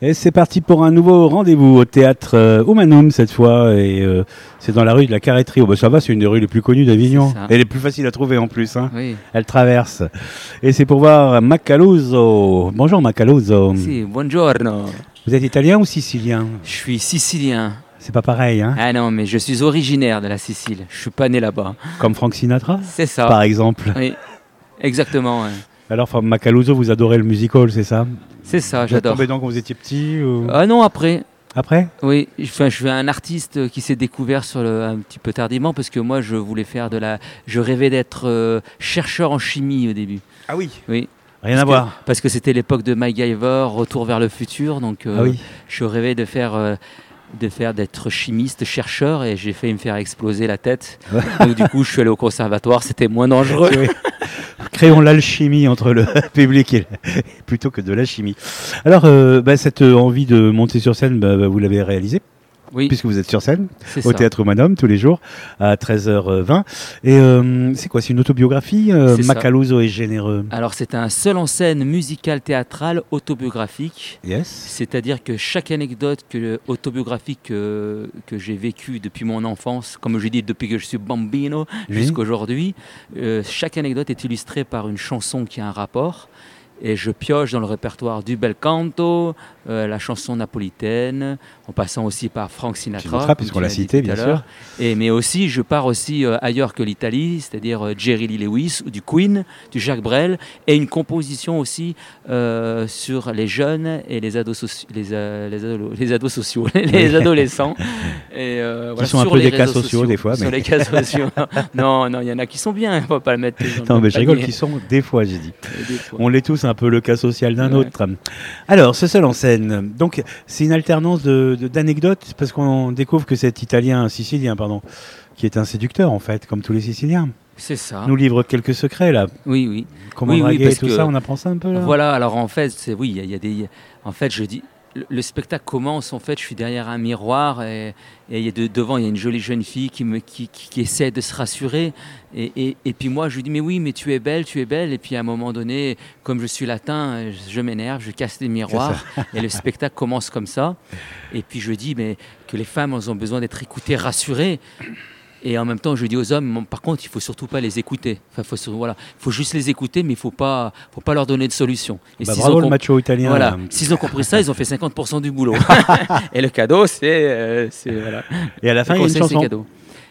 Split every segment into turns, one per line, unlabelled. Et c'est parti pour un nouveau rendez-vous au théâtre euh, Oumanum cette fois. Et euh, c'est dans la rue de la Carreterie. Oh, bah, ça va, c'est une des rues les plus connues d'Avignon.
C'est ça.
Elle est plus facile à trouver en plus. hein.
Oui.
Elle traverse. Et c'est pour voir Macaluso. Bonjour Macaluso.
Si, buongiorno.
Vous êtes italien ou sicilien
Je suis sicilien.
C'est pas pareil, hein
Ah non, mais je suis originaire de la Sicile. Je suis pas né là-bas.
Comme Frank Sinatra,
C'est ça.
par exemple.
Oui. Exactement. ouais.
Alors, enfin, Macaluso, vous adorez le musical, c'est ça
C'est ça,
Vous êtes
Ah, j'adore.
tombé dedans quand vous étiez petit ou...
Ah non, après.
Après
Oui, je, enfin, je suis un artiste qui s'est découvert sur le, un petit peu tardivement parce que moi, je voulais faire de la. Je rêvais d'être euh, chercheur en chimie au début.
Ah oui
Oui.
Rien à
Parce que-
voir.
Parce que c'était l'époque de MacGyver, Retour vers le futur, donc euh,
Ah oui.
je rêvais de faire euh, de faire d'être chimiste, chercheur, et j'ai failli me faire exploser la tête. donc du coup, je suis allé au conservatoire, c'était moins dangereux.
Oui. Créons l'alchimie entre le public et le- plutôt que de la chimie. Alors, euh, bah, cette euh, envie de monter sur scène, bah, bah, vous l'avez réalisée,
Oui,
puisque vous êtes sur scène,
c'est
au
ça.
Théâtre Humanum, tous les jours, à 13h20. Et euh, c'est quoi C'est une autobiographie euh,
C'est ça.
Macaluso est généreux.
Alors c'est un seul en scène musical théâtral autobiographique.
Yes.
C'est-à-dire que chaque anecdote que, autobiographique que, que j'ai vécue depuis mon enfance, comme je dis depuis que je suis bambino
Oui.
jusqu'aujourd'hui, euh, chaque anecdote est illustrée par une chanson qui a un rapport. Et je pioche dans le répertoire du bel canto, euh, la chanson napolitaine, en passant aussi par Frank Sinatra.
Sinatra,
comme
puisqu'on
tu
l'a
l'as dit
cité,
tout à
bien
l'heure. Et, mais aussi, je pars aussi euh, ailleurs que l'Italie, c'est-à-dire euh, Jerry Lee Lewis, ou du Queen, du Jacques Brel, et une composition aussi euh, sur les jeunes et les ados, soci- les, euh, les, ados- les ados sociaux, les adolescents. Et, euh, voilà,
sont un
sur
peu
les
des cas
réseaux
sociaux, des fois,
Sur
mais-
les cas sociaux. non, non, il y en a qui sont bien, on va pas le mettre. dans le
Non,
même
mais je rigole,
panier.
qui sont des fois, j'ai dit.
Des fois.
On l'est tous, un peu le cas social d'un
Ouais.
autre. Alors, ce seul en scène, donc c'est une alternance de- de- d'anecdotes, parce qu'on découvre que cet Italien, Sicilien, pardon, qui est un séducteur en fait, comme tous les Siciliens,
C'est ça.
nous livre quelques secrets là.
Oui, oui.
Comment
Hein Oui, oui,
draguer et
parce
tout
que-
ça, on apprend ça un peu là Bah,
Voilà, alors en fait, c'est oui, il y a- il y, a des. En fait, je dis. Le, le spectacle commence, en fait, je suis derrière un miroir et, et il y a de- devant, il y a une jolie jeune fille qui, me, qui, qui- qui essaie de se rassurer. Et, et- et puis moi, je lui dis, mais oui, mais tu es belle, tu es belle. Et puis à un moment donné, comme je suis latin, je, je m'énerve, je casse les miroirs. Et le spectacle commence comme ça. Et puis je dis, mais que les femmes, elles ont besoin d'être écoutées, rassurées. Et en même temps, je dis aux hommes, bon, par contre, il faut surtout pas les écouter. Enfin, faut, sur- voilà, faut juste les écouter, mais il faut pas, faut pas leur donner de solution. Et
Bah,
s'ils
bravo
ont
le
com-
macho italien.
Voilà,
là.
s'ils ont compris ça, ils ont fait 50% du boulot. et le cadeau, c'est, euh, c'est voilà.
Et à la fin,
Le
il y a une
conseil, c'est
chanson.
cadeau.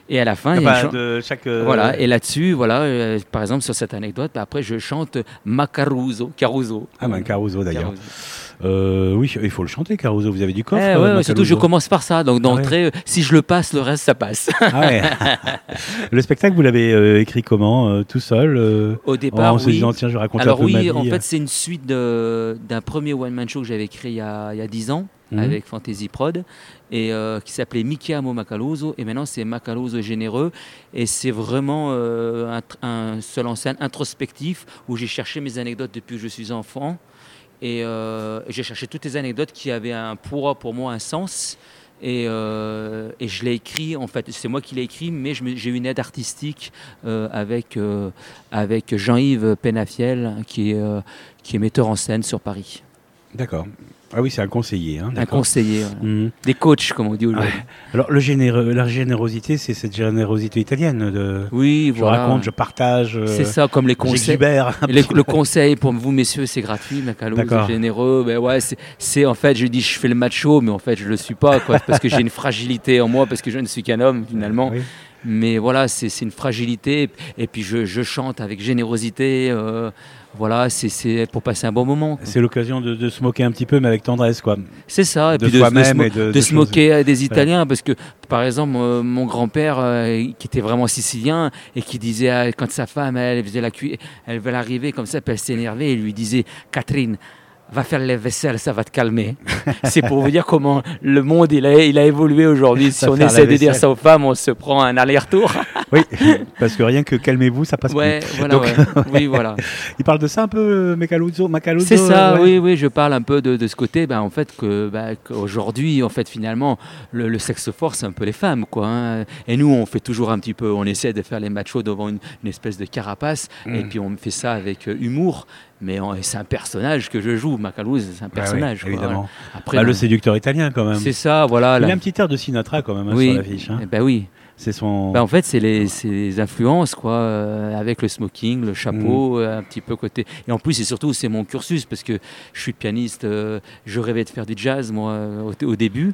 Et à la fin, il y a une
Enfin,
chan-
de chaque, euh,
Voilà, et là-dessus, voilà, euh, par exemple sur cette anecdote, bah, après je chante Macaruso, Caruso.
Ah ben Caruso d'ailleurs.
Caruso.
Euh, oui, il faut le chanter Caruso, vous avez du
Eh,
coffre
ouais,
euh,
ouais, surtout je
Macaluso
commence par ça, donc d'entrée, euh, si je le passe, le reste ça passe.
Ah ouais. le spectacle, vous l'avez euh, écrit comment euh, Tout seul euh,
Au départ,
En se
oui.
disant, tiens, je raconte un
Alors
peu
oui,
ma vie.
en fait, c'est une suite de- d'un premier one man show que j'avais écrit il y a, il y a 10 ans
Mhm.
avec Fantasy Prod et euh, qui s'appelait Mickey Amo Macaloso et maintenant c'est Macaloso généreux et c'est vraiment euh, un, tr- un seul en scène introspectif où j'ai cherché mes anecdotes depuis que je suis enfant et euh, j'ai cherché toutes les anecdotes qui avaient un pour pour moi un sens et, euh, et je l'ai écrit en fait c'est moi qui l'ai écrit mais je me- j'ai eu une aide artistique euh, avec euh, avec Jean-Yves Pénafiel, qui est, euh, qui est metteur en scène sur Paris.
D'accord. Ah oui, c'est un conseiller. Hein,
Un
d'accord.
conseiller. voilà.
Mhm.
Des coachs, comme on dit aujourd'hui.
Alors, le généreux, la générosité, c'est cette générosité italienne. De...
Oui,
Je
voilà.
raconte, je partage, euh,
C'est ça, comme les conseils.
j'exubère. un
Les-
petit
le conseil pour vous, messieurs, c'est gratuit, Macalou,
D'accord.
c'est généreux. Ben ouais, c'est- c'est en fait, je dis, je fais le macho, mais en fait, je le suis pas, quoi, parce que j'ai une fragilité en moi, parce que je ne suis qu'un homme
peu.
finalement.
Oui.
Mais voilà, c'est c'est une fragilité. Et puis, je, je chante avec générosité. euh, voilà, c'est- c'est pour passer un bon moment. quoi.
C'est l'occasion de, de se moquer un petit peu, mais avec tendresse, quoi.
C'est ça. Et
De
puis de, de se
soi-même
mo-
et de-
de
de
se
choses.
moquer euh, des Italiens. Parce que, par exemple, euh, mon grand-père, euh, qui était vraiment sicilien, et qui disait, ah, quand sa femme, elle faisait la cuisine, elle va l'arriver comme ça, puis elle s'énervait, et lui disait, Catherine, va faire les vaisselles, ça va te calmer. C'est pour vous dire comment le monde, il a, il a évolué aujourd'hui. Si
Va
on
faire la
essaie de dire
vaisselle.
ça aux femmes, on se prend un aller-retour.
Oui, parce que rien que calmez-vous, ça passe
Ouais, voilà,
Donc,
ouais. Oui, voilà.
plus. Il parle de ça un peu, euh, Mecaluzo, Macaluzo
C'est ça,
euh, ouais.
oui, oui, je parle un peu de, de ce côté, ben, en fait, que ben, qu'aujourd'hui, en fait, finalement, le, le sexe fort, c'est un peu les femmes, quoi. hein. Et nous, on fait toujours un petit
Mm.
peu, on essaie de faire les machos devant une, une espèce de carapace, et puis on fait ça avec euh, humour. Mais on- c'est un personnage que je joue, Macalouz, c'est un personnage.
Ouais,
quoi,
ouais, Bah évidemment.
voilà. Après,
Bah,
ben,
le séducteur italien, quand même.
c'est ça, voilà.
Il
la-
a un petit air de Sinatra, quand même, hein,
Oui.
sur l'affiche. hein.
Eh ben oui.
C'est son.
Bah, en fait, c'est les, c'est les influences, quoi, euh, avec le smoking, le chapeau, euh, un petit peu côté. Et en plus, et surtout, c'est mon cursus, parce que je suis pianiste, euh, je rêvais de faire du jazz, moi, euh, au, au début.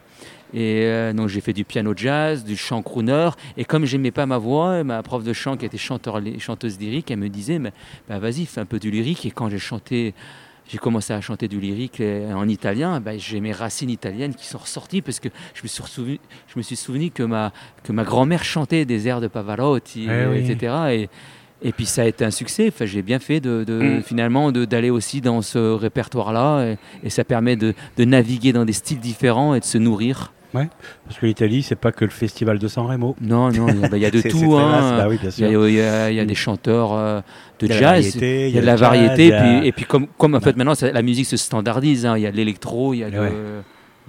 Et euh, donc, j'ai fait du piano jazz, du chant crooner. Et comme j'aimais pas ma voix, ma prof de chant, qui était chanteur, li- chanteuse lyrique, elle me disait, mais bah, vas-y, fais un peu du lyrique. Et quand j'ai chanté. J'ai commencé à chanter du lyrique euh, en italien. bah, j'ai mes racines italiennes qui sont ressorties parce que je me suis souvenu, je me suis souvenu que ma que ma grand-mère chantait des airs de Pavarotti,
Eh
euh,
oui.
etc. Et, et puis ça a été un succès. Enfin, j'ai bien fait de,
Mm.
de- finalement de- d'aller aussi dans ce répertoire-là, et, et ça permet de, de naviguer dans des styles différents et de se nourrir.
Parce que l'Italie, c'est pas que le festival de San Remo.
Non, non, il y a- bah, il y a de
C'est- c'est
tout.
très
hein.
vaste, bah oui, bien
Il
sûr.
y a- il y a, il y a des chanteurs euh, de
Il y a la
jazz.
variété,
Il y a de la
le jazz,
variété,
il y a-
puis, et puis comme, comme en fait maintenant ça- la musique se standardise, hein, il y a de l'électro, il y a de,
Eh Ouais.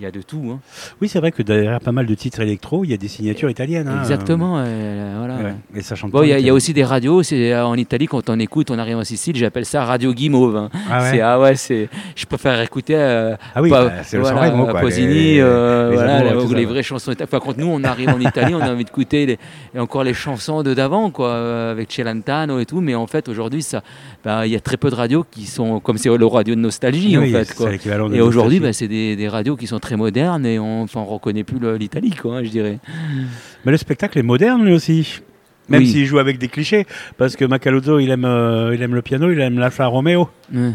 il y a de tout. hein.
Oui, c'est vrai que derrière pas mal de titres électro, il y a des signatures italiennes. hein.
Exactement. euh, voilà.
Ouais. Et ça chante
Bon,
pas
il y, a-
en
il y a
italien.
aussi des radios. C'est euh, en Italie quand on écoute, on arrive en Sicile, j'appelle ça radio guimauve. hein.
Ah, ouais.
C'est ah ouais, c'est. Je préfère écouter. euh,
Ah oui,
pas-
bah, c'est le
voilà,
San Remo. quoi,
Pausini,
les-
euh,
les
voilà,
amours et
là,
tout
où
ça,
les
ouais.
vraies chansons. italiennes. Enfin, quand nous on arrive en Italie, on a envie d'écouter les- et encore les chansons de d'avant, quoi, euh, avec Celentano et tout. Mais en fait, aujourd'hui, ça, bah, il y a très peu de radios qui sont comme c'est le radio de nostalgie
Oui,
en fait.
c'est
Quoi.
l'équivalent de
Et aujourd'hui, bah,
Nostalgie.
c'est des, des radios qui sont très modernes et on, enfin, on reconnaît plus le- l'Italie, quoi, hein, je dirais.
Mais le spectacle est moderne lui aussi. Même
Oui.
s'il joue avec des clichés, parce que Macalozzo, il aime, euh, il aime le piano, il aime l'Alfa Romeo.
Ouais.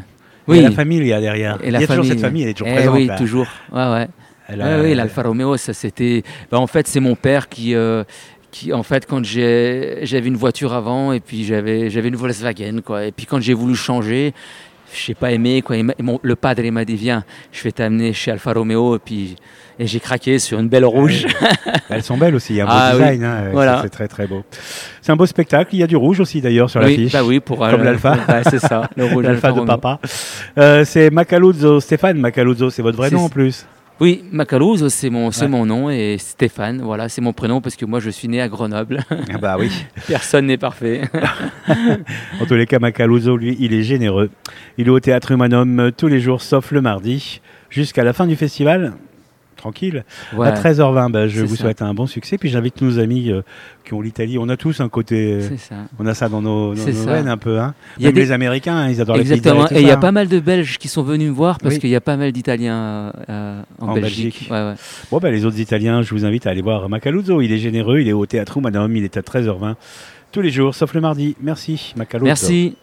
Il y a la famille il y a derrière.
Et la
il y a toujours
famille,
cette famille, elle est toujours
Eh
présente.
oui,
là.
toujours. Ouais, ouais.
Elle
Ouais,
a-
oui, l'Alfa Romeo, ça c'était. bah, en fait, c'est mon père qui, euh, qui, en fait, quand j'ai, j'avais une voiture avant et puis j'avais, j'avais une Volkswagen, quoi. Et puis quand j'ai voulu changer, j'ai pas aimé, quoi. Il m'a- mon- le padre il m'a dit viens, je vais t'amener chez Alfa Romeo et puis et j'ai craqué sur une
Euh,
belle rouge.
Elles sont belles aussi, il y a un beau
Ah oui,
design. hein,
voilà.
ça, C'est très très beau. C'est un beau spectacle, il y a du rouge aussi d'ailleurs sur
oui,
l'affiche.
bah oui, pour euh,
Comme l'Alfa.
ouais, c'est ça, le rouge
L'Alfa de
Romeo.
papa. Euh, c'est Macaluzzo, Stéphane Macaluzzo, c'est votre vrai
C'est-
nom en plus.
Oui, Macalouz, c'est mon, c'est
Ouais.
mon nom et Stéphane, voilà, c'est mon prénom parce que moi je suis né à Grenoble.
Ah bah oui.
Personne n'est parfait.
En tous les cas, Macaluzzo, lui, il est généreux. Il est au théâtre Humanum euh, tous les jours, sauf le mardi, jusqu'à la fin du festival. Tranquille.
Voilà.
À 13h20, bah, je
C'est
vous
ça.
souhaite un bon succès. Puis j'invite nos amis euh, qui ont l'Italie. On a tous un côté. euh,
C'est ça.
on a ça dans nos, dans
C'est
nos
ça.
veines un peu. Hein.
Il y a
Même
des-
les Américains, hein, ils adorent
Exactement.
les pizzas
Et il y
tout
a
ça, hein.
pas mal de Belges qui sont venus me voir parce
Oui.
qu'il y a pas mal d'Italiens euh, euh, en,
En
Belgique.
Belgique.
Ouais, ouais.
hein. Bon, bah, les autres Italiens, je vous invite à aller voir Macaluzzo. Il est généreux. Il est au théâtre Humanum. Il est à 13h20 tous les jours, sauf le mardi. Merci, Macaluzzo.
Merci.